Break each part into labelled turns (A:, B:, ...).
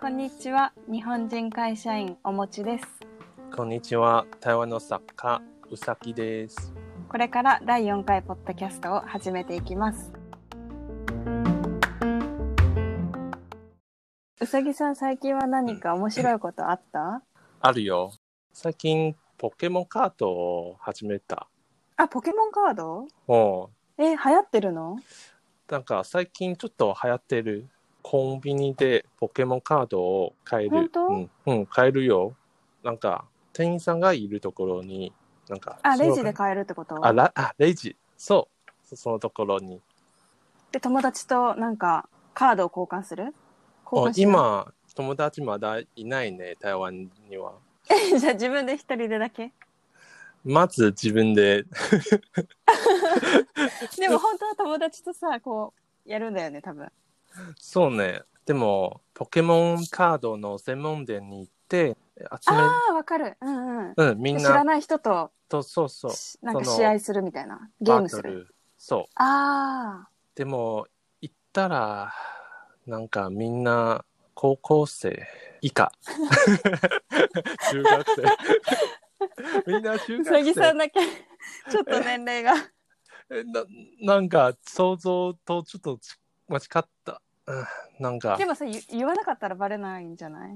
A: こんにちは日本人会社員おもちです
B: こんにちは。台湾の作家、うさきです。
A: これから第4回ポッドキャストを始めていきますうさぎさん最近は何か面白いことあった
B: あるよ。最近、ポケモンカードを始めた。
A: あポケモンカード
B: うん。
A: え流行ってるの
B: なんか、最近ちょっと流行ってる。コンビニでポケモンカードを買える
A: 本。当
B: うん、うん、買えるよ。なんか、店員さんがいるところに、なんか、
A: あ
B: その
A: レジで買えるってこと
B: あ、らあレジ。そう。そそのところに。
A: で友達となんかカードを交換する交
B: う
A: 換
B: ん
A: しない
B: 今、友達まだいないね、台湾には。
A: じゃあ自分で一人でだ け
B: まず自分で、
A: でも本当は友達とさこうやるんだよね多分
B: そうね。でも、ポケモンカードの専門店に行って、集め、
A: ああわかるうんうん
B: うん、みん
A: 知ら
B: な
A: ない人と
B: と、そうそう、
A: しなんか
B: その
A: 試合するみたいなゲームす
B: バト
A: る
B: ル。そ
A: ああ
B: う。でも、行ったら、なんかみんな、高校生 以下。中学生。 みんな中
A: う
B: 学
A: さ
B: 生。
A: ぎさんだけ ちょっと年齢 が
B: えななんか、想像とちょっとち間違った。うんなんか
A: で、もさ言言わなかったらバレないんじゃない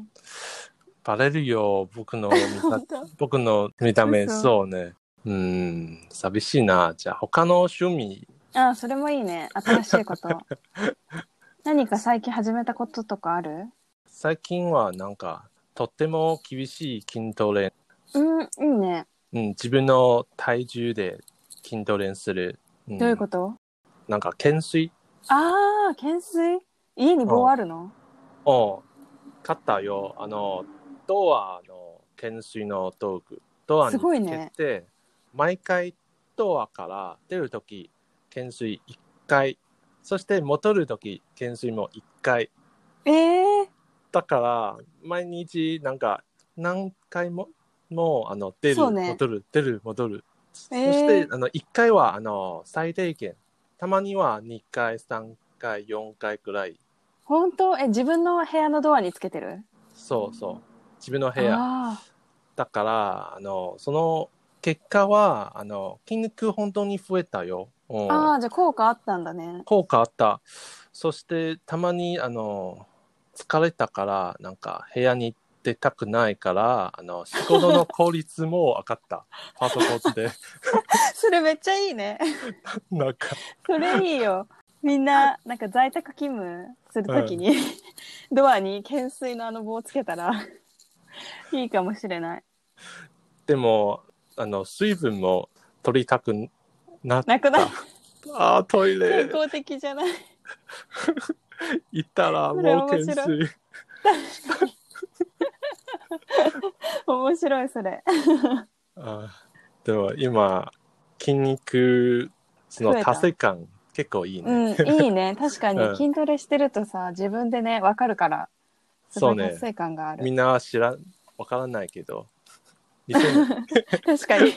B: バレるよ、僕の見た
A: 本当
B: 僕の見た目、
A: 嘘
B: そうね。うん、寂しいな。じゃあ、他の趣味、
A: ああそれもいいね新しいこと 何か最近始めたこととかある
B: 最近はなんか、とっても厳しい筋トレ。
A: うんいいね
B: うん、自分の体重で筋トレする。ん
A: どういうこと
B: なんか、懸垂
A: ああ懸垂家に棒あるの
B: を買ったよ。あの、ドアの懸垂の道具。ドアに
A: すごい
B: つ
A: ね
B: けて、毎回ドアから出るとき、懸垂1回。そして戻るとき、懸垂も1回。
A: ええ
B: だから毎日なんか何回ももうあの出
A: そう
B: る、
A: ね
B: 戻る出る戻る、
A: えー
B: そしてあの1回はあの最低限たまには2回3回4回くらい
A: 本当え自分の部屋のドアにつけてる
B: そうそう自分の部屋
A: あ
B: だからあのその結果はあの筋肉本当に増えたよ、う
A: ー
B: ん
A: あーじゃあ効果あったんだね
B: 効果あったそしてたまにあの疲れたからなんか部屋に出たくないからあの仕事の効率も上がった パソコンで
A: それめっちゃいいね
B: なんか
A: それいいよ。みんな、なんか在宅勤務するときに、ドアに懸垂のあの棒をつけたら、いいかもしれない。
B: でもあの水分も取りたくなった
A: なくない
B: あートイ
A: 健
B: レ
A: 康的じゃない。
B: 行ったら
A: それ
B: もう
A: 面
B: 懸
A: 白い
B: 垂
A: 面白い、それ。
B: あーでも今筋肉その
A: 増えた
B: 達成感結構いいね、
A: うん、いいね。確かに
B: うん
A: 筋トレしてるとさ、自分でね、わかるから、すご
B: そ
A: いう達
B: ね
A: 成感がある。
B: みんな知らんわからないけど 2000
A: 確かに。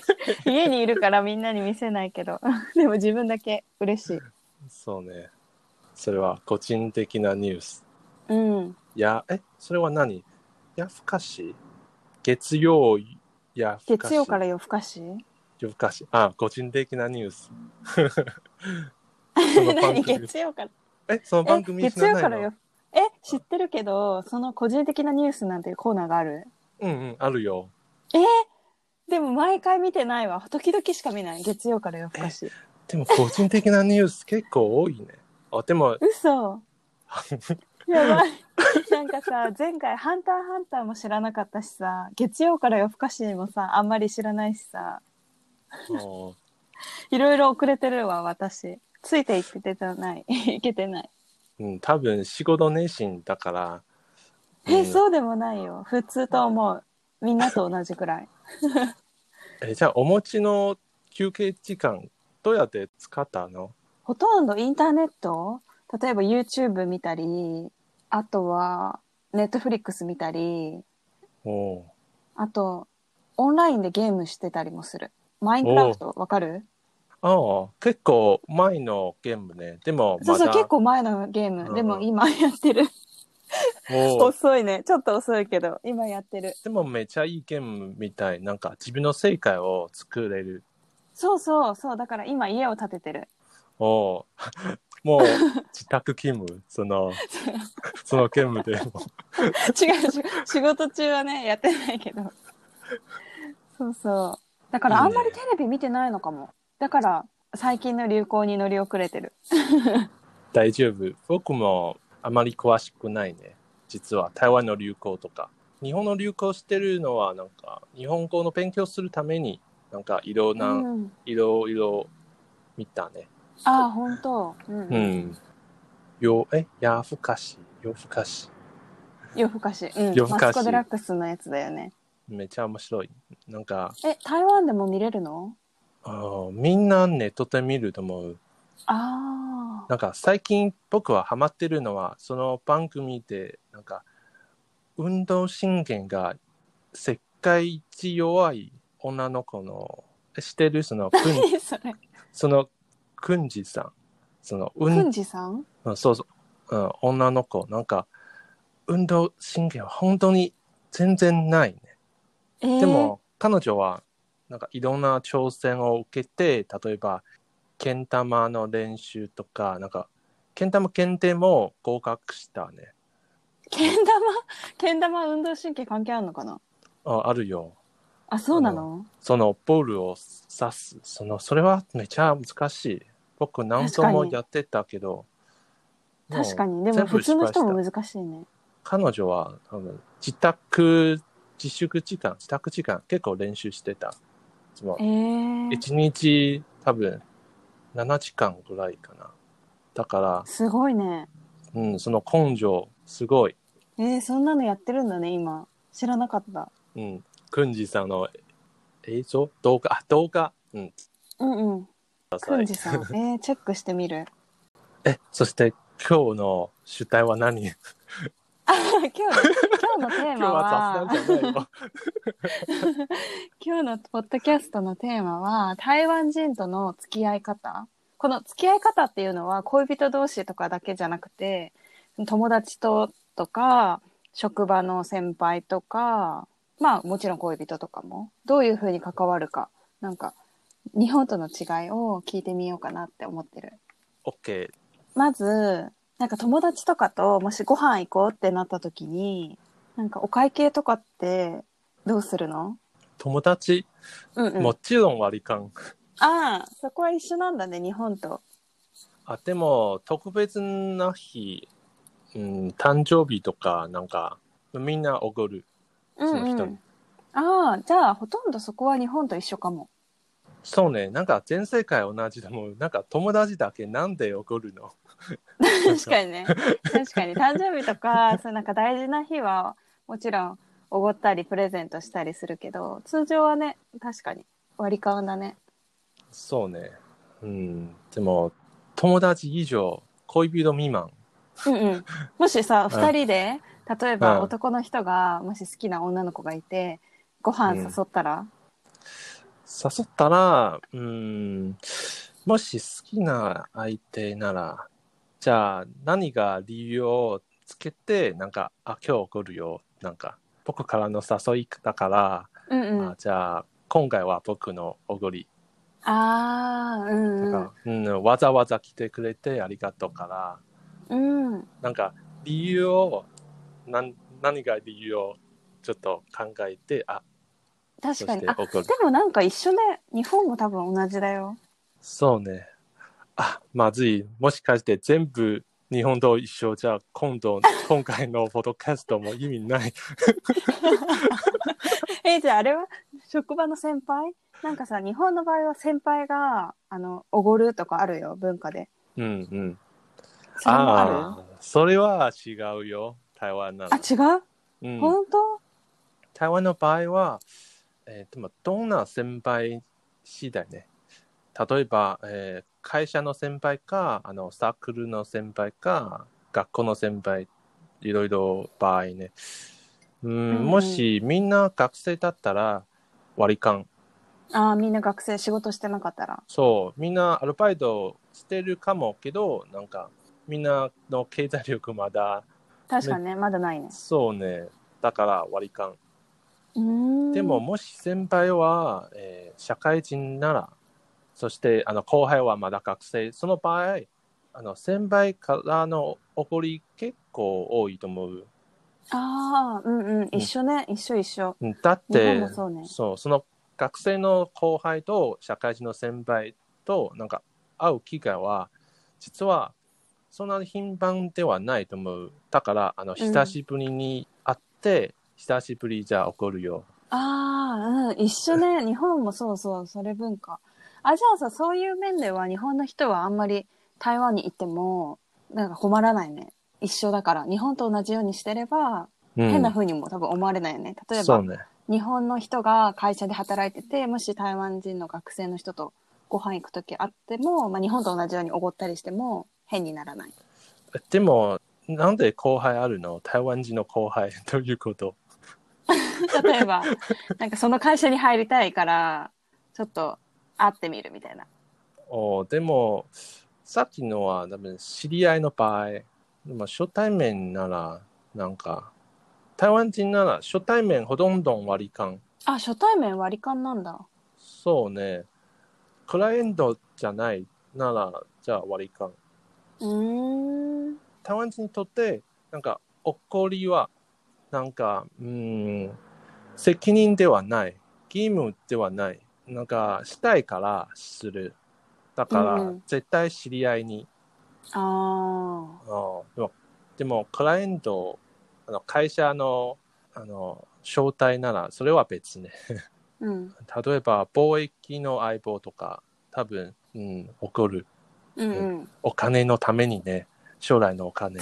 A: 家にいるからみんなに見せないけど、でも自分だけ嬉しい。
B: そうね。それは個人的なニュース。
A: うん。
B: いや、え、それは何夜更かし月曜夜更かし。
A: 月曜から夜更 かし
B: 夜更かし。あ、個人的なニュ ース。その番
A: 何
B: 組
A: 月曜から
B: え、その番組
A: え
B: 知
A: 月
B: ら
A: 曜
B: ない
A: か
B: の
A: らよえ知ってるけどその個人的なニュースなんていうコーナーがある
B: うんうん、あるよ。
A: でも毎回見てないわ時々しか見ない月曜から夜更かし
B: でも個人的なニュース結構多いね。あ、でも、
A: 嘘やばいなんかさ前回「ハンターハンター」も知らなかったしさ月曜から夜更かしもさあんまり知らないしさ
B: あの
A: いろいろ遅れてるわ私ついていけてない いけてない
B: うん、多分仕事熱心だから。
A: え、
B: うん
A: そうでもないよ普通と思うみんなと同じくらい
B: え、じゃあ、お持ちの休憩時間、どうやって使ったの
A: ほとんどインターネット例えば YouTube 見たりあとは Netflix 見たり
B: おう
A: あとオンラインでゲームしてたりもするマインクラフトわかる
B: ああ、結構前のゲームね。でも、
A: そ
B: ま
A: うそう、
B: だ、
A: 結構前のゲーム。
B: うん
A: でも今やってる。
B: おう
A: 遅いね。ちょっと遅いけど、今やってる。
B: でもめちゃいいゲームみたい。なんか自分の世界を作れる。
A: そうそう、そう。だから今家を建ててる。
B: おう もう自宅勤務、その、そのゲームで
A: 違
B: も。
A: う違う。仕事中はね、やってないけど。そうそう。だからあんまりテレビ見てないのかも。だから最近の流行に乗り遅れてる。
B: 大丈夫。僕もあまり詳しくないね。実は台湾の流行とか。日本の流行してるのはなんか日本語の勉強するためになんかいろんな、
A: うん、
B: いろいろ見たね。
A: ああ、本当。うん。
B: う
A: うん、
B: ん。よえ夜更かし夜更かし
A: 夜更かし。うん。
B: 夜更かし
A: マツコ・デラックスのやつだよね。
B: めちゃ面白い。なんか
A: え、台湾でも見れるの
B: あーみんなネットで見ると思う。
A: ああ。
B: なんか最近僕はハマってるのはその番組でなんか運動神経が世界一弱い女の子のしてるその 軍
A: 何それ。
B: その軍事さんその
A: く
B: 運
A: んじさん
B: うんそうそう、うん、女の子なんか運動神経は本当に全然ないね。
A: えー
B: でも、彼女はなんかいろんな挑戦を受けて例えばけん玉の練習とかなんかけん玉検定も合格したね
A: けん玉けん玉運動神経関係あるのかな
B: ああるよ
A: あそうなの
B: そのボールを刺すそのそれはめちゃ難しい僕何度もやってたけどもう
A: 確かにで
B: 全
A: も
B: 部
A: 普通の人
B: 失敗
A: も
B: し
A: 難しいね
B: た彼女は多分自宅自粛時間自宅時間結構練習してたその
A: えー、
B: 一日多分7時間ぐらいかなだか
A: すごいね
B: ら、うん、その根性すごい、
A: えー、そんなのやってるんだね今知らなかった
B: うん、くんじさんの映像動画あ動画、うん、
A: うんうん
B: くだ
A: く
B: さ
A: ん
B: い
A: じさんえー、チェックしてみ る
B: えそして今日の主題は何
A: 今日今日のテー
B: 今日
A: マ
B: は
A: は
B: 雑談じゃないよ
A: 今日のポッドキャストのテーマは台湾人との付き合い方この付き合い方っていうのは恋人同士とかだけじゃなくて友達ととか職場の先輩とかまあもちろん恋人とかもどういうふうに関わるかなんか日本との違いを聞いてみようかなって思ってる
B: OK
A: まずなんか友達とかともしご飯行こうってなった時になんかお会計とかってどうするの
B: 友達、
A: うんうん
B: もちろん割り勘
A: ああ、そこは一緒なんだね、日本と。
B: あでも特別な日、うん、誕生日とかなんかみんなおごるその人に、
A: ああ、じゃあ、ほとんどそこは日本と一緒かも。
B: そうね、なんか全世界同じでも、なんか友達だけなんで怒るの
A: 確かにね。確かに。誕生日と か、そうなんか大事な日は、もちろん、おごったり、プレゼントしたりするけど、通常はね、確かに、割り勘だね。
B: そうね。うん。でも、友達以上、恋人未満。
A: うんうん。もしさ、
B: うん
A: 二人で、例えば
B: うん
A: 男の人が、もし好きな女の子がいて、ご飯誘ったら、
B: 誘ったら、うん、もし好きな相手なら、じゃあ何が理由をつけて、なんか、あ、今日怒るよ。なんか、僕からの誘いだから、
A: うん、うん
B: あじゃあ、今回は僕のおごり。
A: ああ、うん
B: なんかうん、わざわざ来てくれてありがとうから、
A: うん。うん。
B: なんか理由をなん何が理由をちょっと考えてあ
A: 確
B: そ
A: か
B: し
A: に
B: て。
A: あ、
B: 怒る
A: でもなんか一緒ね。日本も多分同じだよ。
B: そうねあまずいもしかして全部日本と一緒じゃ今度今回のポッドキャストも意味 ない
A: え、じゃああれは職場の先輩なんかさ、日本の場合は先輩が、あの、おごるとかあるよ、文化で。
B: うんうん
A: それもあるあ
B: あーそれは違うよ台湾な
A: 違
B: ら、
A: う、
B: うん、
A: 本当
B: 台湾の場合は、えーでもどんな先輩次第ね例えば、えー会社の先輩かあのサークルの先輩か学校の先輩いろいろ場合ねうん、
A: うん
B: もしみんな学生だったら割り勘
A: ああ、みんな学生仕事してなかったら。
B: そう、みんなアルバイトしてるかもけど、なんか、みんなの経済力まだ、
A: 確かにね、まだないね。
B: そうね、だから割り勘。
A: うーん。
B: でも、、もし先輩は、えー社会人なら、そして、あの、後輩はまだ学生、その場合、あの、先輩からのおごり結構多いと思う。
A: ああ、うんうん、一緒ね、一緒一緒。
B: うんだっ
A: 日
B: て、
A: 本もそうね
B: そう、その学生の後輩と社会人の先輩となんか会う機会は、実はそんなに頻繁ではないと思う。だから、あの、久しぶりに会って、久しぶりじゃ怒るよ。
A: ああ、うん、一緒 ね、日本もそうそう、それ文化。あ、じゃあさ、そういう面では日本の人はあんまり台湾に行っても、なんか困らないね。一緒だから、日本と同じようにしてれば、
B: うん、
A: 変な風にも多分思われないよね。例え
B: そ
A: ば
B: う、ね。
A: 日本の人が会社で働いてて、もし台湾人の学生の人とご飯行くときあっても、まあ、日本と同じようにおごったりしても変になら ない。
B: でも、なんで後輩あるの台湾人の後輩ということ。
A: 例えば、なんかその会社に入りたいから、ちょっと会ってみるみたいな。
B: おでも、さっきのは多分知り合いの場合、でも初対面なら、なんか、台湾人なら初対面ほとんど割り勘。
A: あ、初対面割り勘なんだ。
B: そうね。クライアントじゃないなら、じゃあ割り勘。
A: うーん。
B: 台湾人にとって、なんか、怒りは、なんか、うーん、責任ではない。義務ではない。なんか、したいからする。だから、
A: うんうん
B: 絶対知り合いに。
A: あ
B: あーでも、でもクライアント、あの会社の、あの、招待なら、それは別ね。
A: ー。うん。
B: 例えば、貿易の相棒とか、多分、うん、怒る。
A: うんうん。
B: お金のためにね、将来のお金。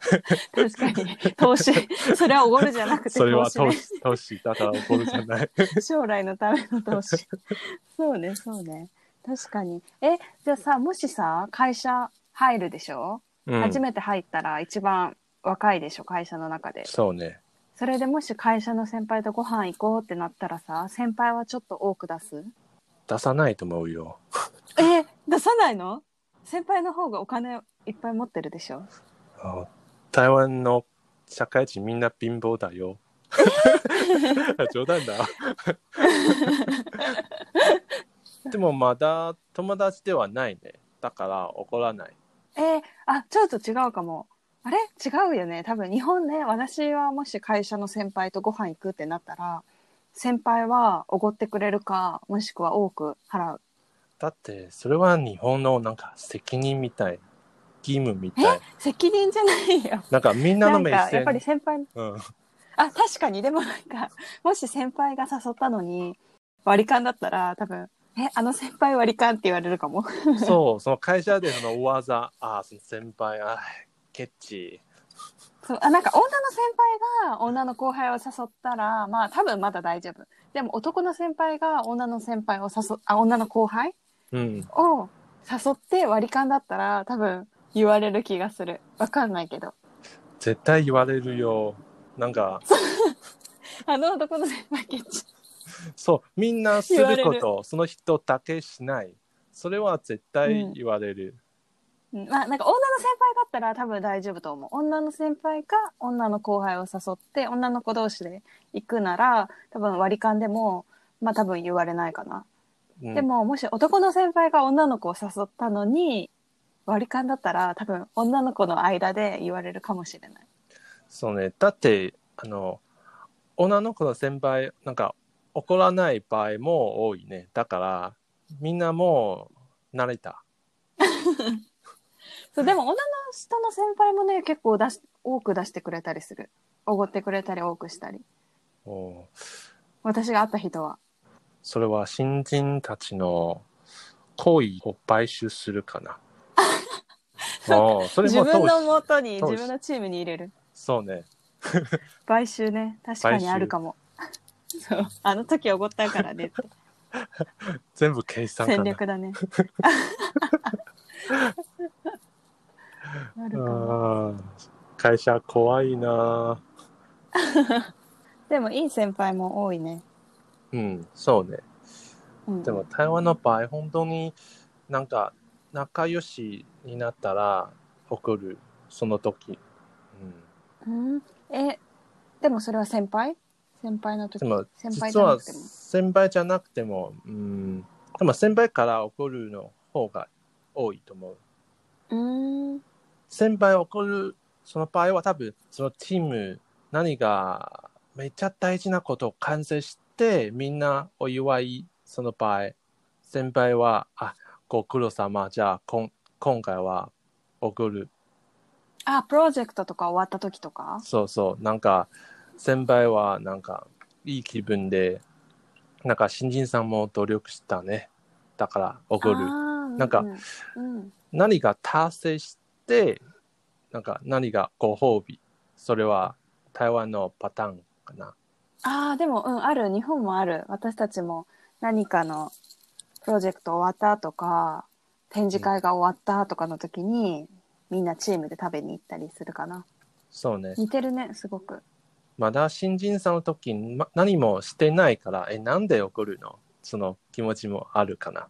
A: 確かに。 投資。それはおごるじゃなくて
B: それは
A: ね
B: 投資、投資だから怒るじゃない。
A: 将来のための投資 そうねそうね確かにえじゃあさもしさ会社入るでしょ、
B: うん
A: 初めて入ったら一番若いでしょ会社の中で
B: そうね。
A: それでもし会社の先輩とご飯行こうってなったらさ先輩はちょっと多く出す
B: 出さないと思うよ。
A: え出さないの先輩の方がお金いっぱい持ってるでしょ
B: あ台湾の社会人みんな貧乏 だよ。冗談だ。でもまだ友達ではないね。だから怒らない。
A: えーあちょっと違うかもあれ違うよね多分日本ね私はもし会社の先輩とご飯行くってなったら先輩はおごってくれるかもしくは多く払う
B: だってそれは日本のなんか責任みたい。義務み
A: え
B: たい。
A: 責任じゃないよ
B: なんかみんな
A: な
B: の
A: んか
B: 目
A: やっぱり
B: 線。
A: 先輩
B: うん、
A: あ確かにでもなんかもし先輩が誘ったのに割り勘だったら多分えあの先輩割り勘って言われるかも
B: そう、その会社でその技、ああ、その先輩、あーケチ。
A: そうあなんか女の先輩が女の後輩を誘ったらまあ多分まだ大丈夫でも男の先輩が女の先輩を誘あ女の後輩
B: うん、
A: を誘って割り勘だったら多分言われる気がするわかんないけど
B: 絶対言われるよ。なんか、
A: あの男の先輩ケチ
B: そう、みんなする
A: 言
B: こ
A: われ
B: と、その人だけしない。それは絶対言われる。
A: うんまあなんか女の先輩だったら多分大丈夫と思う女の先輩が女の後輩を誘って女の子同士で行くなら多分割り勘でもまあ多分言われないかな、
B: うん
A: でももし男の先輩が女の子を誘ったのに割り勘だったら多分女の子の間で言われるかもしれない
B: そうね。だって、あの、女の子の先輩、なんか、怒らない場合も多いね。だから、みんなもう慣れた。
A: そうでも女の人の先輩もね結構出し多く出してくれたりするおごってくれたり多くしたり
B: おー
A: 私が会った人は
B: それは新人たちの行為を買収する かな。おーそれ
A: 自
B: も
A: 分
B: 投
A: の
B: 資。
A: もとに
B: 投資
A: 自分のチームに入れる
B: そうね。
A: 買収ね確か
B: 買
A: に
B: 収
A: あるかも そうあの時おごったから ねって
B: 全部計算かな。
A: 戦略だね あるかも
B: あー会社怖いな
A: でもいい先輩も多いね
B: うん、そうね。
A: うん、
B: でも台湾の場合本当になんか仲良しになったら送るその時、
A: う
B: う
A: ん、えでもそれは先輩先輩の
B: ん、
A: 時
B: でも
A: 先輩じゃ
B: 実
A: な
B: は
A: くても
B: 先輩じゃなくても、うん、でも先輩から送るの方が多いと思う
A: うーん
B: 先輩怒るその場合は多分そのチーム何がめっちゃ大事なことを完成してみんなお祝いその場合先輩はあご苦労様じゃあこん今回は送る
A: あプロジェクトとか終わった時とか
B: そうそうなんか先輩はなんかいい気分でなんか新人さんも努力したねだから
A: あ
B: 送る
A: ー
B: なんか
A: うんうん
B: 何が達成して、なんか何がご褒美。それは台湾のパターンかな。
A: あーでも、うん、ある日本もある私たちも何かのプロジェクト終わったとか展示会が終わったとかの時に、みんなチームで食べに行ったりするかな
B: そうね。
A: 似てるねすごく
B: まだ新人さんの時に、ま、何もしてないから、え、なんで怒るのその気持ちもあるかな。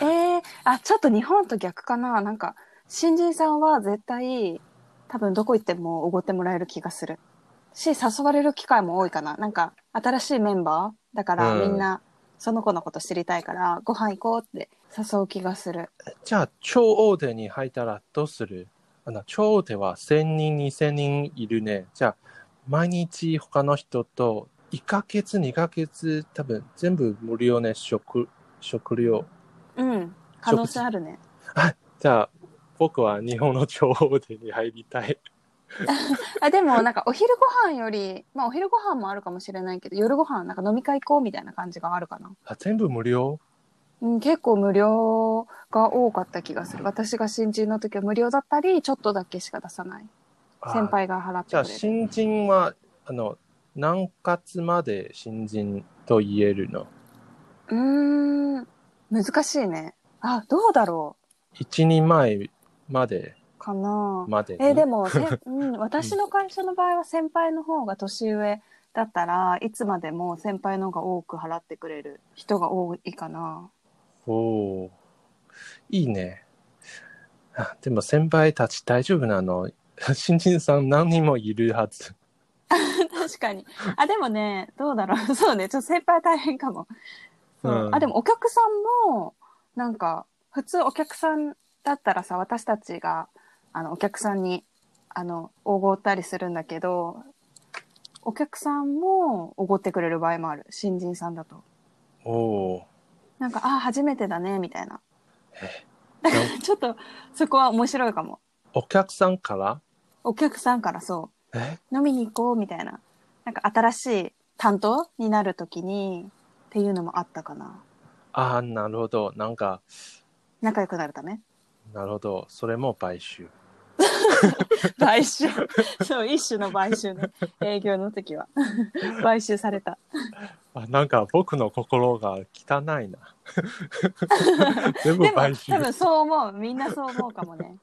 A: えー、あちょっと日本と逆かななんか新人さんは絶対多分どこ行ってもおごってもらえる気がするし誘われる機会も多いかななんか新しいメンバーだから
B: うん
A: みんなその子のこと知りたいからご飯行こうって誘う気がする
B: じゃあ、超大手に入ったらどうするあの、超大手は1000人、2000人いるね。じゃあ、毎日他の人と1ヶ月、2ヶ月、多分全部無料ね、食、食料。
A: うん可能性あるね
B: じゃあ、僕は日本の超大手に入りたい。
A: あでもなんかお昼ご飯よりまあお昼ご飯もあるかもしれないけど夜ご飯なんか飲み会行こうみたいな感じがあるかな
B: あ、全部無料
A: うん、結構無料が多かった気がする。私が新人の時は無料だったり、ちょっとだけしか出さない。
B: あ
A: 先輩が払って
B: じゃあ、
A: くれる。
B: 新人は、あの、何月まで新人と言えるの
A: うーん、難しいね。あ、どうだろ
B: ?1 人前まで、
A: うかな。
B: までに。
A: えーでも、せ うん、私の会社の場合は先輩の方が年上だったらいつまでも先輩の方が多く払ってくれる人が多いかな。
B: おーいいね。あでも先輩たち大丈夫なの新人さん何人もいるはず。
A: 確かに。あ、でもね、どうだろう。そうね、ちょっと先輩大変かも。そう
B: うん
A: あ、でもお客さんも、なんか、普通お客さんだったらさ、私たちが、あの、お客さんに、あの、おごったりするんだけど、お客さんもおごってくれる場合もある。新人さんだと。
B: おー
A: なんか、あ、初めてだね、みたいな。
B: なんか
A: ちょっと、そこは面白いかも。
B: お客さんから
A: お客さんからそう。
B: え
A: 飲みに行こうみたいな。なんか新しい担当になるときにっていうのもあったかな。
B: ああ、なるほど。なんか、
A: 仲良くなるため。
B: なるほど。それも買収。
A: 買収。そう、一種の買収ね。営業の時は。 買収された。
B: あなんか僕の心が汚いな。 全部
A: でも
B: 買収。
A: 多分そう思う。みんなそう思うかもね。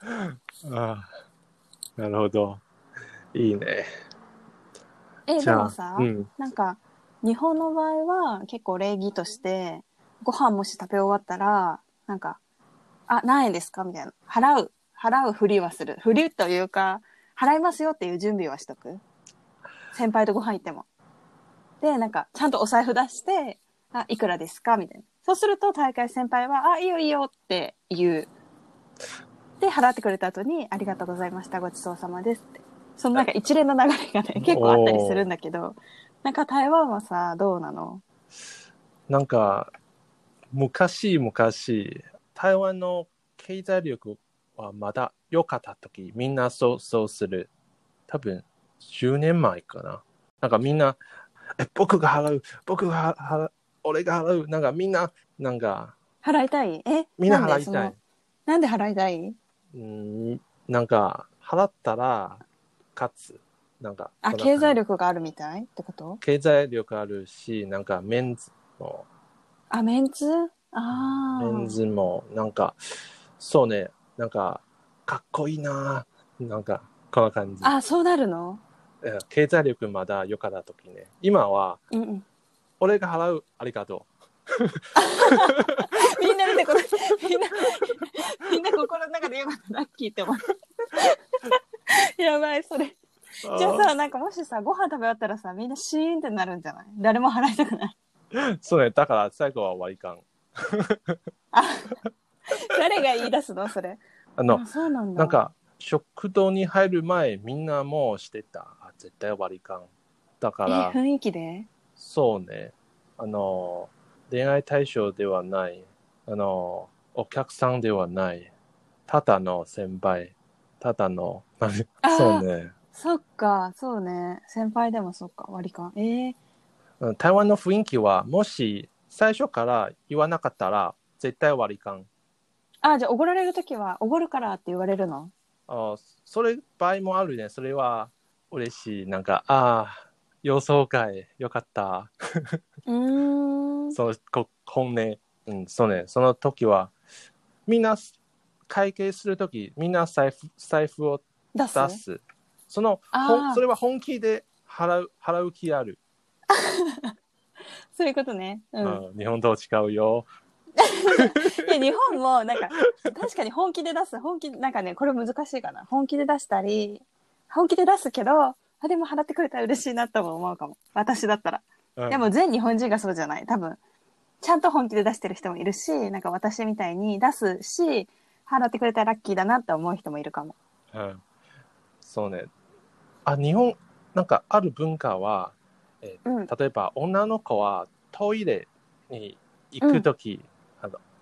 B: ああなるほど。いいね。
A: え、
B: じ
A: で
B: ゃ
A: も
B: あ
A: さ、、
B: うん、
A: なんか日本の場合は結構礼儀として、ご飯もし食べ終わったら、なんか、あ、何円ですかみたいな。払う。払うふりはする。ふりというか、払いますよっていう準備はしとく。先輩とご飯行っても。で、なんか、ちゃんとお財布出して、あ、いくらですかみたいな。そうすると、大会先輩は、あ、いいよいいよって言う。で、払ってくれた後に、ありがとうございました。ごちそうさまですって。そのなんか一連の流れがね、結構あったりするんだけど、なんか台湾はさ、どうなの
B: なんか、昔々、台湾の経済力はまだ良かった時、みんなそう、そうする。多分、10年前かな。なんかみんな、え、僕が払う、僕が払う、俺が払う、なんかみんな、なんか、
A: 払いたいえ
B: みんな
A: なん
B: 払
A: で
B: い
A: そ
B: たい
A: の。なんで払いたいう
B: ーんなんか払ったら勝つなんか
A: あ、
B: そんな
A: 経済力があるみたいってこと
B: 経済力あるしなんかメンズも
A: あ、メンツああ。
B: メンズもなんかそうねなんかかっこいいななんかこんな感じ
A: あ、そうなるの
B: うん経済力まだ良かった時ね今は
A: うんうん。
B: 俺が払う、ありがと
A: みんな見てこれみんなみんな心の中でよかったラッキーって思った やばいそれ
B: う。
A: じゃあさなんかもしさご飯食べ終わったらさみんなシーンってなるんじゃない誰も払いたく ない
B: そうね、だから最後は割り勘。
A: 誰が言い出すのそれ
B: あの、
A: あそうなんだ
B: なんか食堂に入る前みんなもうしてたあ絶対割り勘だ
A: え
B: から
A: 雰囲気で
B: そうねあの恋愛対象ではないあのお客さんではないただの先輩ただの何
A: あー
B: そうね
A: そっかそうね先輩でもそっか割り勘えー、
B: うん台湾の雰囲気はもし最初から言わなかったら絶対割り勘
A: あじゃあおごられる時はおごるからって言われるの
B: あそれ場合もあるねそれは嬉しいなんかああ予想外よかった
A: うーん
B: そのこ本音、うん、そうね、その時は、みんな会計する時、みんな財布財布を
A: 出す
B: 出す。そのほ
A: あー
B: んそれは本気で払う払う気ある、
A: そういうことねう、
B: うんん日本と違うよ。
A: で日本もなんか 確かに本気で出す本気なんかねこれ難しいかな本気で出したり本気で出すけどあでも払ってくれたら嬉しいなとも思うかも私だったら、
B: うん
A: でも全日本人がそうじゃない多分ちゃんと本気で出してる人もいるしなんか私みたいに出すし払ってくれたらラッキーだなって思う人もいるかも
B: うん、そうね。あ、日本、なんかある文化は、
A: うん
B: 例えば女の子はトイレに行く時、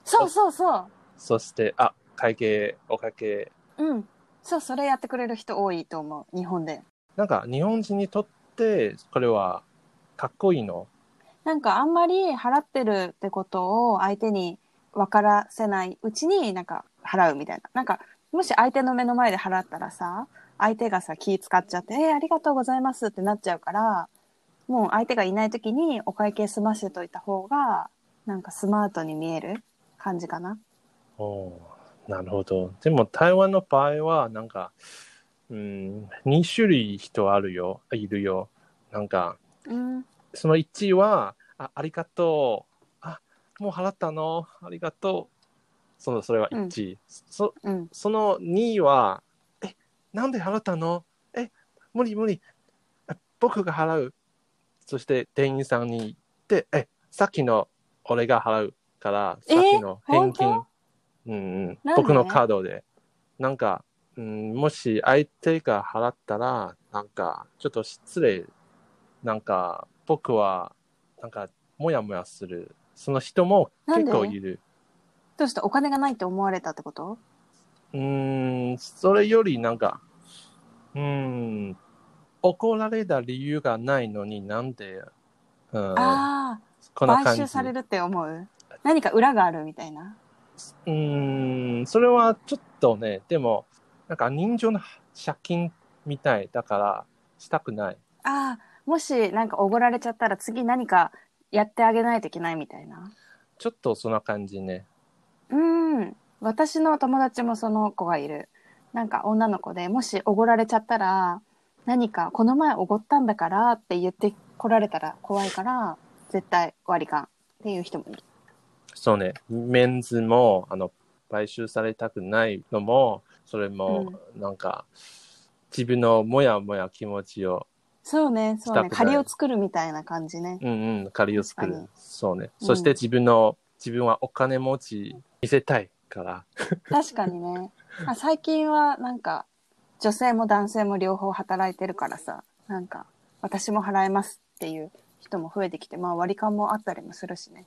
A: そうそうそ
B: そして、あ、会計、お会計、
A: ううんそうそれやってくれる人多いと思う日本で
B: なんか日本人にとってこれはかっこいいの。
A: なんかあんまり払ってるってことを相手に分からせないうちになんか払うみたいな。なんかもし相手の目の前で払ったらさ、相手がさ気使っちゃって、えーありがとうございますってなっちゃうから、もう相手がいない時にお会計済ませといた方が、なんかスマートに見える感じかな。
B: なるほど。でも台湾の場合はなんか、うん、2種類人あるよ、いるよ。なんか、
A: うん。
B: その1は、あありがとう。あもう払ったの。ありがとう。そのそれは1、そ。
A: うん。
B: その2は、え、なんで払ったのえ、無理無理。あ僕が払う。そして店員さんに言って、え、さっきの俺が払うから、
A: え
B: さっきの返金
A: 本。
B: うんうん
A: なんで
B: 僕のカードで。なんか、うん、もし相手が払ったら、なんか、ちょっと失礼。なんか、僕は、なんか、もやもやする。その人も結構いる。
A: どうしたお金がないって思われたってこと
B: うーん、それよりなんか、うーん、怒られた理由がないのになんで、うん、
A: あ
B: こ
A: あ、
B: んな
A: 買
B: 感じ。
A: 収されるって思う何か裏があるみたいな。
B: うーん、それはちょっとね、でも、なんか人情の借金みたいだから、したくない。
A: ああ、もしなんかおごられちゃったら次何かやってあげないといけないみたいな。
B: ちょっとそんな感じね。
A: うん。私の友達もその子がいる。なんか女の子で、もしおごられちゃったら、何かこの前おごったんだからって言って来られたら怖いから、絶対割り勘っていう人もいる。
B: そうね、メンズも、あの、買収されたくないのも、それも、なんか、自分のもやもや気持ちを
A: そうね、そうね。
B: したくない
A: 借りを作るみたいな感じね。
B: うんうん、借りを作
A: 確か
B: る
A: に。
B: そうね。
A: うん
B: そして自分の、自分はお金持ち見せたいから。
A: 確かにね。あ最近はなんか、女性も男性も両方働いてるからさ、なんか、私も払えますっていう人も増えてきて、まあ割り勘もあったりもするしね。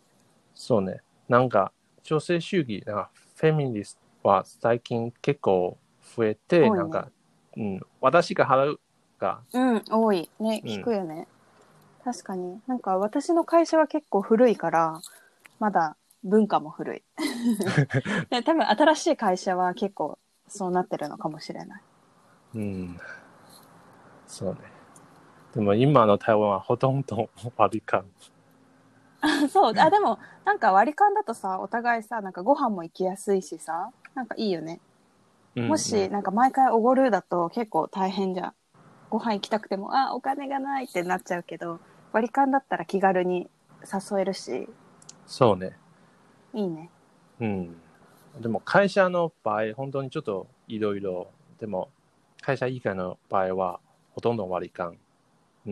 B: そうね。なんか、女性主義、なんかフェミニストは最近結構増えて、
A: 多いね
B: なんか、うん、私が払うが、
A: うん、多い。ね、
B: うん
A: 聞くよね。確かに。なんか私の会社は結構古いから、まだ文化も 古い。で多分新しい会社は結構そうなってるのかもしれない。
B: うん、そうね。でも今の台湾はほとんど割り勘。
A: そう。あ、でも、なんか割り勘だとさ、お互いさ、なんかご飯も行きやすいしさ、なんかいいよね。
B: うん
A: も
B: う
A: し、
B: ん
A: なんか毎回おごるだと結構大変じゃん。ご飯行きたくても、あ、お金がないってなっちゃうけど、割り勘だったら気軽に誘えるし、
B: そうね。
A: いいね。
B: うん。でも会社の場合、本当にちょっといろいろ、でも会社以外の場合はほとんど割り勘。う。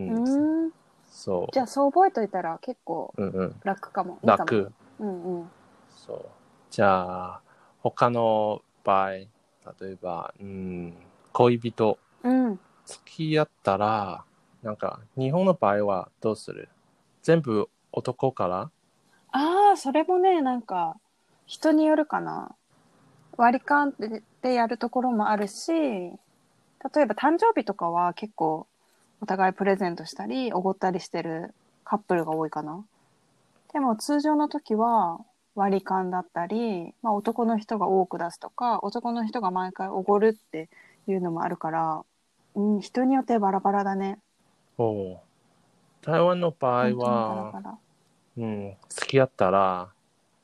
A: うんーん。
B: そ
A: じゃあ、そう覚えといたら結構
B: う。うんうん。
A: 楽かも。いいかも
B: 楽。。
A: うんうん。
B: そう。じゃあ、他の場合、例えば、うん、恋人、
A: うん。
B: 付き合ったら、なんか、日本の場合はどうする全部男から
A: ああ、それもね、なんか、人によるかな。割り勘ででやるところもあるし、例えば誕生日とかは結構お互いプレゼントしたり、おごったりしてるカップルが多いかな。でも通常の時は割り勘だったり、まあ男の人が多く出すとか、男の人が毎回おごるっていうのもあるから、うん、人によってバラバラだね。
B: おう台湾の場
A: 本
B: 合
A: 当にバラ
B: は
A: バ、ラ。
B: うん、付き合ったら、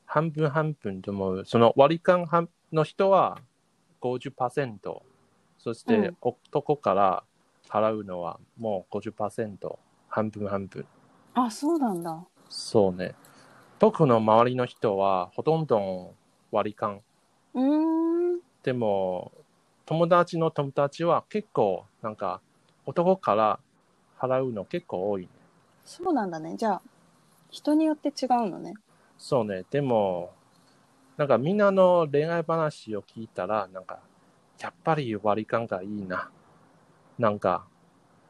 B: 半分半分と思う。その割り勘半の人は50%。そし
A: う
B: て
A: ん
B: 男から払うのはもう50%。半分半分。
A: あ、そうなんだ。
B: そうね。僕の周りの人はほとんど割り勘。
A: うーん。
B: でも、友達の友達は結構、なんか、男から払うの結構多い。
A: そうなんだね。じゃあ、人によって違うのね。
B: そうね。でも、なんかみんなの恋愛話を聞いたら、なんか、やっぱり割り勘がいいな。なんか、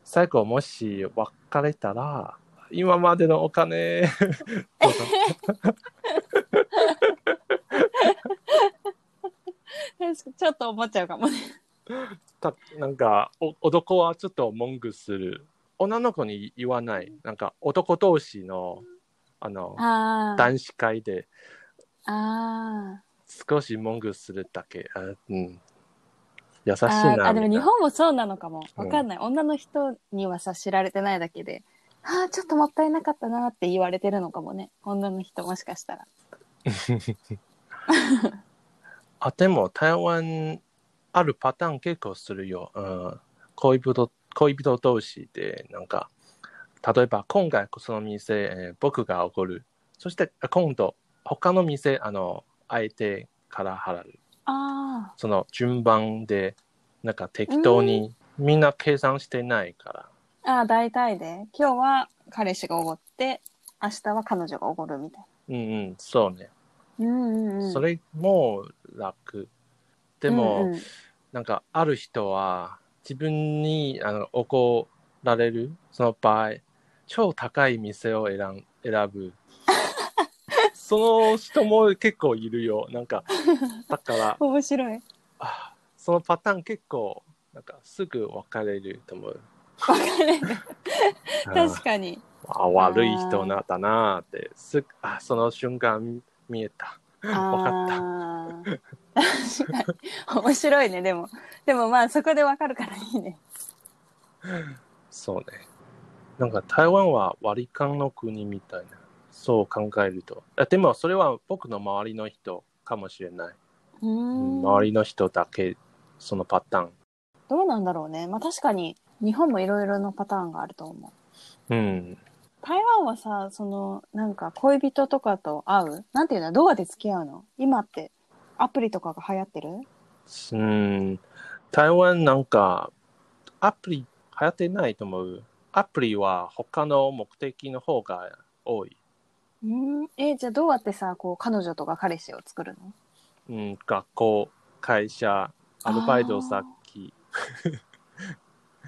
B: 最後もし別れたら、今までのお金、とか
A: ちょっと思っちゃうかもね。
B: たなんかお男はちょっと文句する女の子に言わないなんか男同士のあの
A: あー
B: 男子会で
A: あ
B: 少し文句するだけあうん優しい
A: ー。あー
B: な
A: あ、でも
B: みん
A: 日
B: な
A: 本もそうなのかも。わかんない。女の人にはさ、知られてないだけで、ああ、ちょっともったいなかったなって言われてるのかもね。女の人もしかしたら。
B: あでも台湾あるパターン結構するよ、うん、恋人恋人同士でなんか例えば今回その店、えー僕が怒るそしてあ今度他の店あの相手から払う
A: あ
B: その順番で、なんか適当に、みんな計算してないから。
A: あ。ああ、大体で。今日は彼氏がおごって、明日は彼女がおごるみたい
B: うんうん、そうね。
A: な。うんうんうん。
B: それも楽。でも、
A: うんうん
B: なんかある人は、自分にあの怒られる、その場合、超高い店を選ん選 ぶ。その人も結構いるよ。なんか、だから、
A: 面白い。わ
B: あそのパターン結構、なんかすぐ別れると思う。
A: かる。確かに。
B: あ悪い人なんだなーってすぐあその瞬間見えた わか
A: ああー確かに面白いねでもでもまあそこでわかるからいいね
B: そうねなんか台湾は割り勘の国みたいなそう考えるとあでもそれは僕の周りの人かもしれない、
A: うーん
B: 周りの人だけそのパターン
A: どうなんだろうねまあ確かに日本もいろいろなパターンがあると思う
B: うん
A: 台湾はさそのなんか恋人とかと会うなんていうのどうやって付き合うの今ってアプリとかが流行ってる
B: うん台湾なんかアプリ流行ってないと思うアプリは他の目的の方が多い、
A: うんえじゃあどうやってさこう彼女とか彼氏を作るの
B: うん、学校会社アルバイト
A: あ
B: 先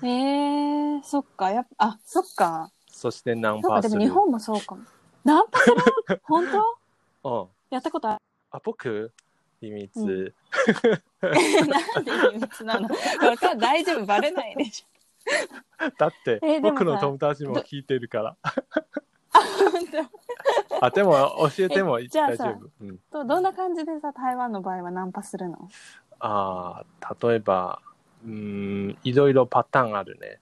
A: えー、そっかやっぱあそっか
B: そしてナン
A: そっ
B: パ
A: か
B: す
A: で
B: る。
A: も日本もそうかもナンパする本当
B: うん。
A: やったことある
B: あ、僕秘密、
A: うなんで秘密なのわかん大丈夫バレないでし
B: だって、
A: えでもさ
B: 僕の友達も聞いてるから。
A: ょ本
B: あ、でも教えてもいい
A: えじゃあ
B: 大
A: さ
B: 丈夫。うん。
A: 当とどんな感じでさ台湾の場合はナンパするの
B: あー例えば、うーん、いろいろパターンあるね。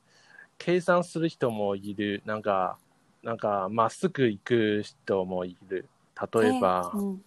B: 計算する人もいる。なんか、なんか、まっすぐ行く人もいる。例えば、
A: うん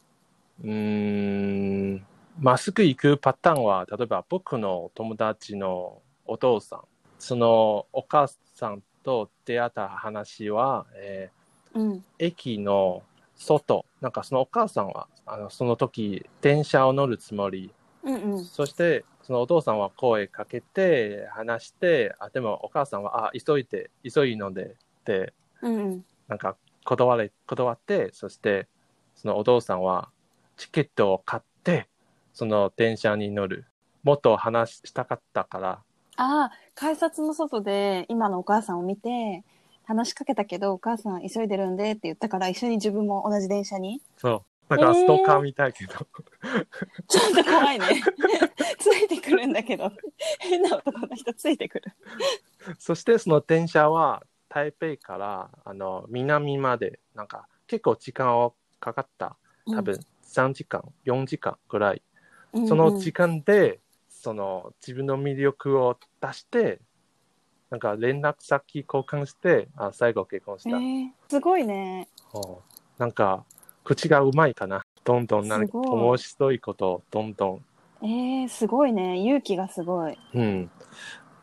B: うーん、まっすぐ行くパターンは、例えば僕の友達のお父さん、そのお母さんと出会った話は、えー
A: うん。
B: 駅の外、なんかそのお母さんは、あのその時、電車を乗るつもり、
A: うんうん。
B: そして、そのお父さんは声かけて、話して、あでもお母さんは、あ、急いで、急いので、って、
A: うんうん。
B: なんか断れ、断って、そして、そのお父さんは、チケットを買って、その電車に乗る。もっと話したかったから、
A: ああ、改札の外で今のお母さんを見て、話しかけたけど、お母さん急いでるんでって言ったから、一緒に自分も同じ電車に。
B: そう。なんか
A: えー
B: ストーカーみたいけど、
A: ちょっと怖いね。ついてくるんだけど。変な男の人ついてくる。
B: そしてその電車は台北からあの南までなんか結構時間をかかった多分3時間、4時間ぐらい
A: うん、
B: そ
A: うんう
B: の
A: ん
B: 時間でその自分の魅力を出してなんか連絡先交換してあ最後結婚し
A: え
B: た、
A: ーすごいね。
B: うんなんか口がうまいかなどんどんな
A: す
B: んか
A: ごい
B: 面白いことをどんどん
A: えー、すごいね。勇気がすごい。
B: うん、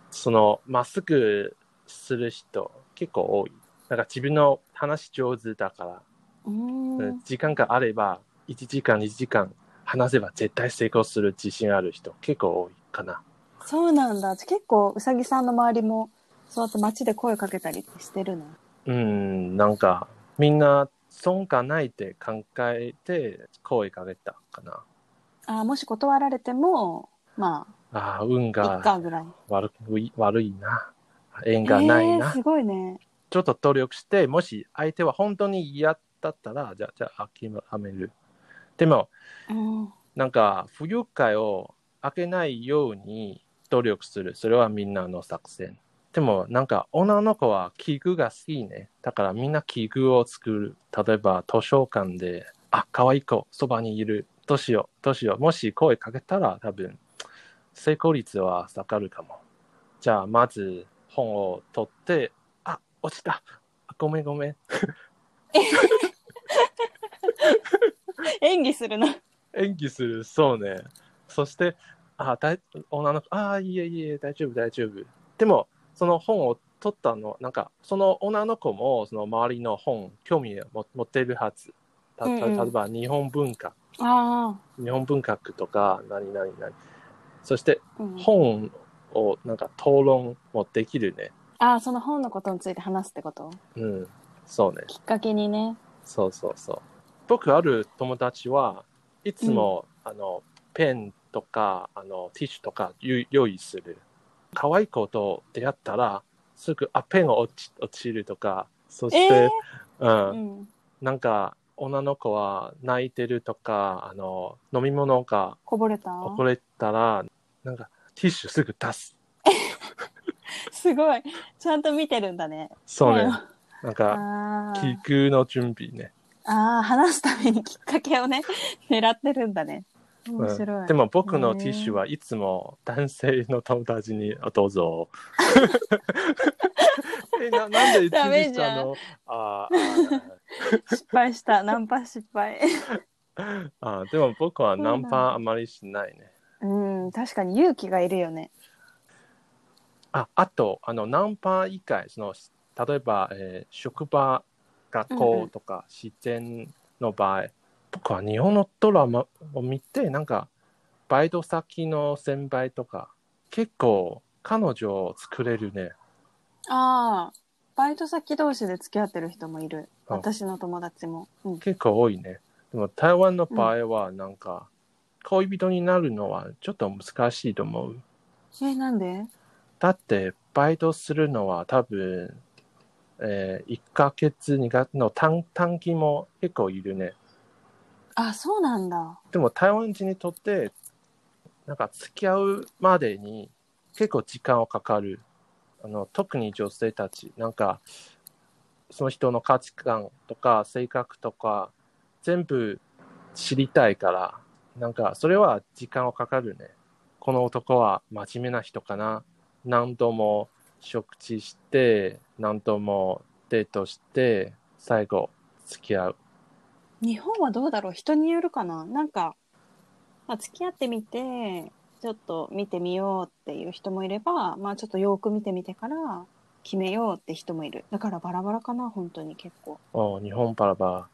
B: そのまっすぐする人結構多いなんか自分の話上手だから、
A: うーん。
B: 時間があれば1時間2時間話せば絶対成功する自信ある人結構多いかな
A: そうなんだ。結構、うさぎさんの周りも、そうやって街で声かけたりしてるの。
B: うんなんかみんな損がないって考えて声かけたかな
A: ああ、もし断られても、ま
B: ああ
A: あ、
B: 運
A: いっか
B: が
A: ぐらい。
B: 悪い悪いな縁がない
A: えー
B: な、
A: すごいね。
B: ちょっと努力して、もし相手は本当に嫌だったら、じゃあ、じゃあ、諦める。でも、
A: うん。
B: なんか、不愉快を開けないように努力する。それはみんなの作戦。でも、なんか、女の子は器具が好きね。だから、みんな器具を作る。例えば、図書館で、あ、可愛い子、そばにいる。どうしよう、どうしよう。もし声かけたら、多分、成功率は下がるかも。じゃあ、まず、本を取って、あ、落ちた。あごめんごめん。
A: 演技するの。
B: 演技する、そうね。そして、あ、だい女の子、あ、いえいえ、大丈夫、大丈夫。でも、その本を取ったの、なんか、その女の子も、その周りの本、興味を持持ってるはず。たた
A: うんうん
B: 例えば、日本文化、
A: あ
B: 日本文学とか、何々何。そして、
A: あ。うん、
B: 本を、なんか、討論もできるね。
A: ああ、その本のことについて話すってこと
B: うん、そうね。
A: きっかけにね。
B: そうそうそう。僕ある友達はいつも、あのペンとかあのティッシュとかゆ用意する。可愛い子と出会ったらすぐあペンが落ち落ちるとかそして、
A: え
B: うん
A: うん。
B: なんか女の子は泣いてるとかあの飲み物が
A: こぼれた
B: こぼれたらなんかティッシュすぐ出す。
A: すごい。ちゃんと見てるんだね。
B: そうね。
A: あ
B: なんか
A: あー
B: 気球の準備ね。
A: あー、話すためにきっかけをね、狙ってるんだね。面白い。
B: でも僕のティッシュはいつも男性の友達にあど うぞ。えななんで
A: ダ
B: ティッ
A: メ
B: シュし
A: じゃん
B: たのあ
A: 失敗した。ナンパ失敗。
B: あああでも僕はナン
A: そうなん
B: パあまりしないね。
A: うん、確かに勇気がいるよね。
B: ああとあのナンパ以外その例えば、えー職場学校とか自然の場合、僕は日本のドラマを見てなんかバイト先の先輩とか結構彼女を作れるね。
A: ああ、バイト先同士で付き合ってる人もいる。
B: あ
A: 私の友達も。うん、
B: 結構多いね。でも台湾の場合はなんか、恋人になるのはちょっと難しいと思う。
A: え、なんで
B: だってバイトするのは多分、え1ヶ月2月の短短期も結構いるね。
A: あ、そうなんだ。
B: でも台湾人にとってなんか付き合うまでに結構時間をかかるあの特に女性たちなんかその人の価値観とか性格とか全部知りたいからなんかそれは時間をかかるねこの男は真面目な人かな何度も食事して何度もデートして最後付き合う
A: 日本はどうだろう人によるかななんか、まあ、付き合ってみて、ちょっと見てみようっていう人もいれば、まあちょっとよく見てみてから決めようって人もいるだからバラバラかな本当に結構
B: お日本バラバ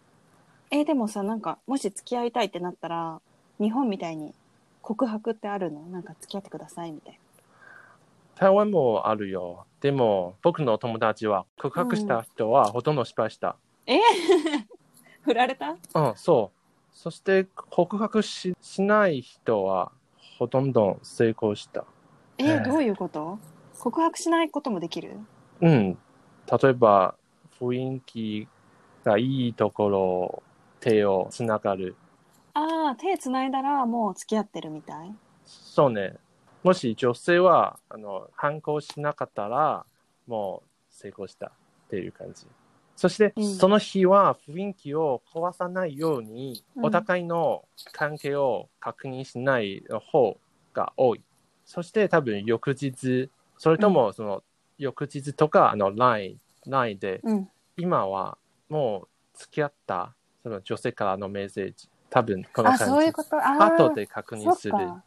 A: えーでもさなんかもし付き合いたいってなったら日本みたいに告白ってあるのなんか付き合ってくださいみたいな
B: ラ。台湾もあるよ。でも、僕の友達は告白した人はほとんど失敗した。
A: 振られた
B: うん、そう。そして、告白ししない人はほとんど成功した。
A: え
B: ええ
A: ーどういうこと告白しないこともできる
B: うん。例えば、雰囲気がいいところ、手をつながる。
A: ああ手つないだらもう付き合ってるみたい
B: そうね。もし女性は、あの、反抗しなかったら、もう成功したっていう感じ。そして、
A: うん
B: その日は雰囲気を壊さないように、
A: うん
B: お互いの関係を確認しない方が多い。そして多分翌日、それともその翌日とか、あの LINE、LINE で、
A: うん
B: 今はもう付き合ったその女性からのメッセージ、多分この
A: あ
B: 感じ。
A: そういうことああ
B: 後で確認する
A: そっ。か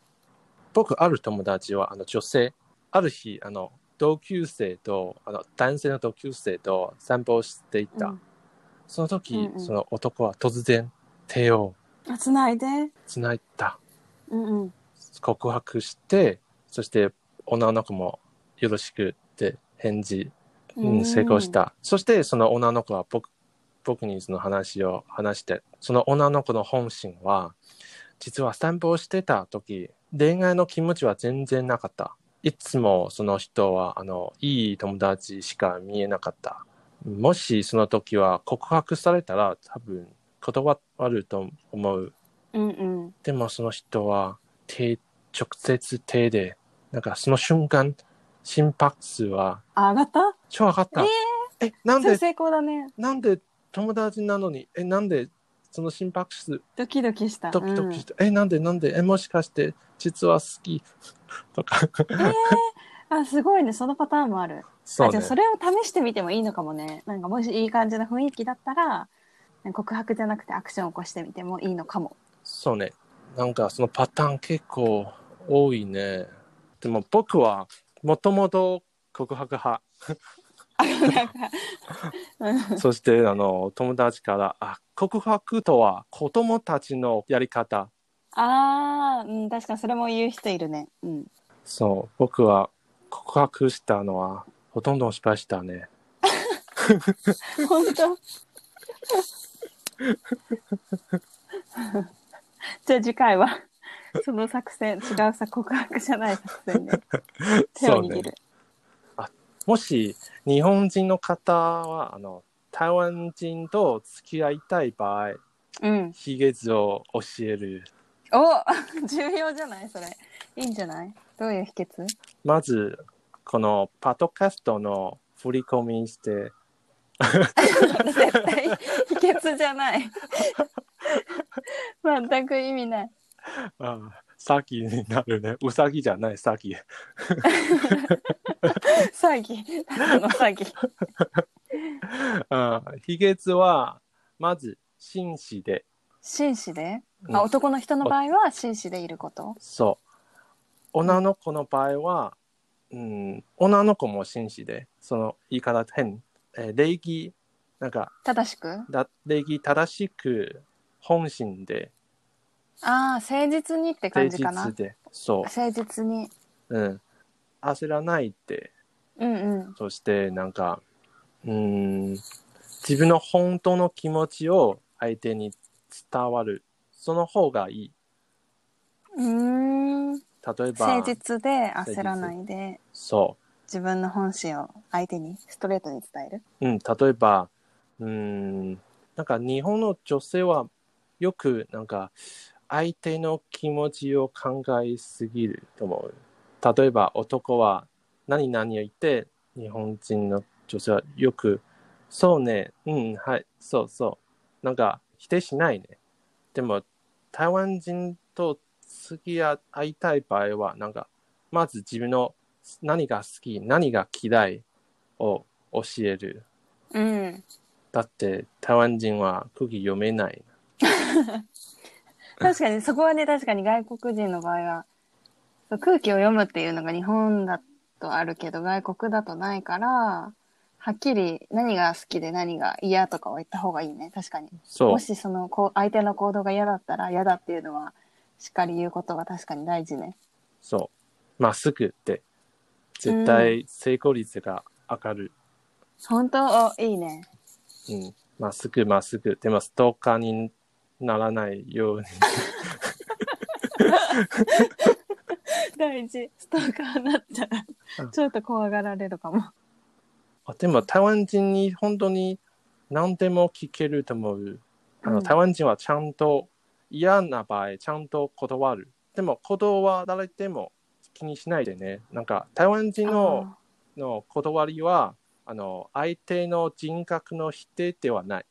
B: 僕ある友達はあの女性ある日あの同級生とあの男性の同級生と散歩をしていた、
A: うん
B: その時、
A: うんうん
B: その男は突然手を
A: あつないで
B: つないだ
A: うんうん
B: 告白してそして女の子も「よろしく」って返事、うん成功し、たそしてその女の子は僕僕にその話を話してその女の子の本心は実は散歩をしてた時恋愛の気持ちは全然なかったいつもその人はあのいい友達しか見えなかったもしその時は告白されたら多分断ると思う
A: うんうん、
B: でもその人は手直接手でなんかその瞬間心拍数は
A: あ上がった
B: 超上がった
A: え
B: えなん
A: それ
B: で
A: 成功だね
B: なんで友達なのに、え、なんでその心拍数
A: ドキドキした
B: ドキドキして、え、なんでなんで、え、もしかして実は好き とか。
A: うんえーあすごいねそのパターンもある
B: そ
A: あじゃあそれを試してみてもいいのかもねなんかもしいい感じの雰囲気だったら告白じゃなくてアクションを起こしてみてもいいの かも
B: そうね。なんかそのパターン結構多いね。でも僕はもともと告 白派。
A: あなんかうん
B: そしてあの友達から、あ、告白とは子供たちのやり方。
A: あー、うん、確かにそれも言う人いるねうん
B: そう、僕は告白したのはほとんど失敗したね。
A: 本当 じゃあ次回はその作戦違うさ告白じゃない作戦で手を
B: そうね
A: 握る、
B: もし日本人の方はあの台湾人と付き合いたい場合
A: うん
B: ヒゲ図を教える
A: お重要じゃないそれいいんじゃないどういう秘訣
B: まずこのパトカストの振り込みして
A: 絶対秘訣じゃない 全く意味ない
B: あ詐欺になるねウサギじゃない詐欺
A: 詐欺あの詐欺
B: あヒゲ図はまず紳士で
A: 紳士で、
B: うん
A: あ男の人の場合は紳士でいること
B: そう女の子の場合は、うん、女の子も紳士でその言い方変、えー礼儀なんか
A: 正しく
B: だ礼儀正しく本心で
A: ああ誠実にって感
B: 誠
A: じかな
B: 実でそ
A: 誠実に
B: う、うん、焦らないって
A: うんうん
B: そしてなんかうーん自分の本当の気持ちを相手に伝わるその方がいいう
A: ーん
B: 例えば
A: 誠実で焦らないで
B: そ
A: 自分の本心を相手にストレートに伝える
B: う、うん、例えばうーんなんか日本の女性はよくなんか相手の気持ちを考えすぎると思う。例えば男は何々を言って日本人の女性はよくそうね、うん、はい、そうそう。なんか否定しないね。でも台湾人と付き合いたい場合はなんかまず自分の何が好き、何が嫌いを教える。
A: うん
B: だって台湾人は空気読めない。
A: 確かにそこはね確かに外国人の場合はそう空気を読むっていうのが日本だとあるけど外国だとないからはっきり何が好きで何が嫌とかは言った方がいいね確かに
B: そう
A: もしそのこう相手の行動が嫌だったら嫌だっていうのはしっかり言うことが確かに大事ね
B: そうまっすぐって絶対成功率が上がる、
A: 本当おいいね
B: うんまっすぐまっすぐでもストーカーにならないように
A: 大事ストーカーになったら
B: うん
A: ちょっと怖がられるかも
B: あでも台湾人に本当に何でも聞けると思うあの、
A: うん
B: 台湾人はちゃんと嫌な場合ちゃんと断るでも断られても気にしないでねなんか台湾人の
A: あ
B: の断りはあの相手の人格の否定ではない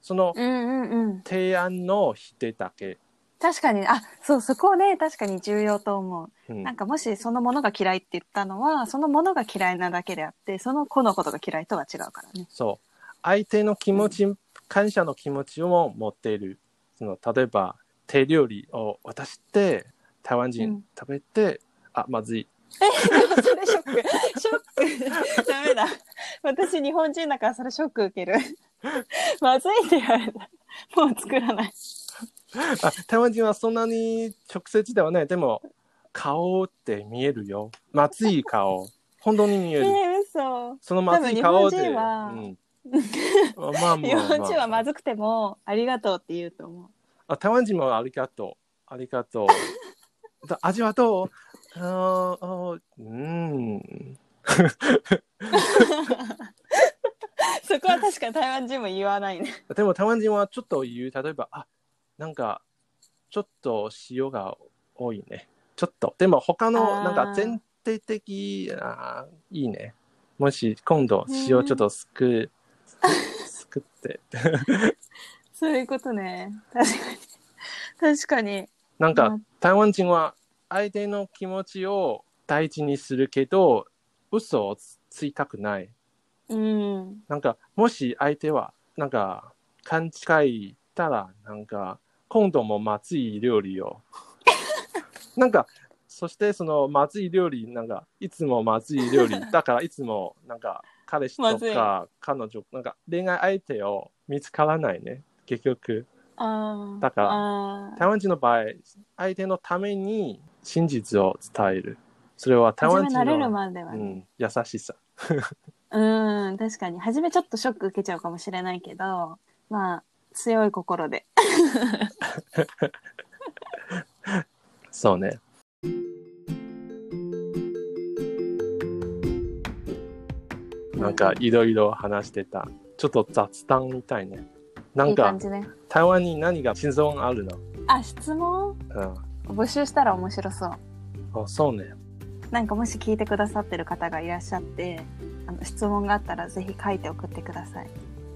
B: その
A: ーうんうんうん
B: 提案の否定だけ、
A: 確かにあそうそこね確かに重要と思う
B: うん
A: なんかもしそのものが嫌いって言ったのはそのものが嫌いなだけであってその子のことが嫌いとは違うからね
B: そう相手の気持ち、感謝の気持ちを持っているその例えば手料理を渡して台湾
A: う
B: 人
A: ん
B: 食べて、あまずい
A: それショックショックダメだ私日本人だからそれショック受 けるまずいって言われたもう作らない
B: あ台湾人はそんなに直接ではないでも顔って見えるよまずい顔本当に見え
A: え
B: る
A: ー、嘘
B: そのまずい顔で
A: 多分日本
B: うんまあまあまあ
A: 日本人はまずくてもありがとうって言うと思う
B: あ台湾人もありがとう。ありが とう。だ味はどうあーあーうーん。
A: そこは確かに台湾人も言わないね
B: でも台湾人はちょっと言う。例えば、あなんか、ちょっと塩が多いね。ちょっと。でも他
A: あ
B: の、
A: ー
B: なんか全体的、あーいいね。もし今度塩ちょっとすく、 すくって。
A: そういうことね確かに確かに
B: なんか
A: まあ
B: 台湾人は相手の気持ちを大事にするけど、嘘をつついたくない。
A: うん
B: なんか、もし相手は、なんか、勘違いしたら、なんか、今度もまずい料 理を。なんか、そしてそのまずい料理、なんか、いつもまずい料理、だからいつも、なんか、彼氏
A: ま
B: と
A: ずい
B: か彼女、なんか、恋愛相手を見つからないね、結局。
A: あー
B: だから
A: あー
B: 台湾人の場合、相手のために真実を伝える。それは台
A: 初
B: 湾
A: め
B: 人
A: 慣れる
B: の、
A: までは
B: う
A: ね
B: ん、優しさ。
A: うん確かに初めちょっとショック受けちゃうかもしれないけどまあ強い心で
B: そうね。なんかいろいろ話してた。ちょっと雑談みたいね。ないん
A: い感
B: か
A: じね
B: 台湾に何が心臓があるの、
A: あ質問
B: う、
A: 募集したら面白そうん
B: あそうね。
A: なんかもし聞いてくださってる方がいらっしゃってあの質問があったらぜひ書いて送ってください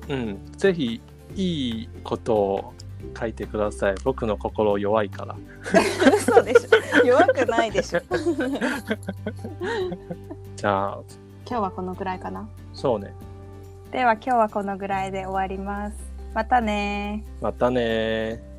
B: うん。ぜひいいことを書いてください。僕の心弱いから。
A: 嘘でしょ弱くないでしょ今
B: じゃあ、
A: 日はこのぐらいかな
B: そうね。
A: では今日はこのぐらいで終わりますまたねー
B: またねー